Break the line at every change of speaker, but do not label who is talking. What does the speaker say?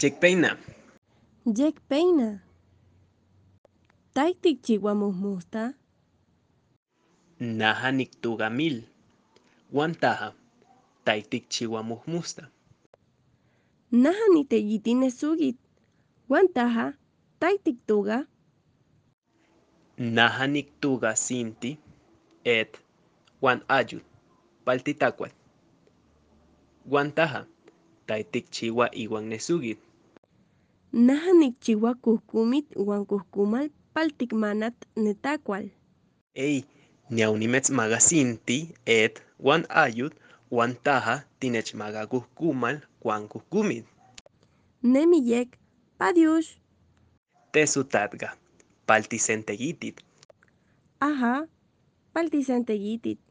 Yek peina.
Yek peina. Taitik chihuamusmusta.
Naha niktugamil. Guantaja. Taitik chihuamusmusta.
Naha niteyitine sugit. Guantaja. Taitik tuga.
Naha niktuga sinti. Et. Juan ayu. Paltitacuat. Guantaja. Taitik chiwa iwan nesugit.
Naha nikchiwa kujkumit uan kujkumal paltikmanat netacual.
Ey, niaunimetz magasinti et guan ayud guan taja tinechmagakuhkumal guan kuhkumit.
Nemi yek. Padiush.
Tesutatga. Paltisentegitit.
Aja. Paltisantegitit.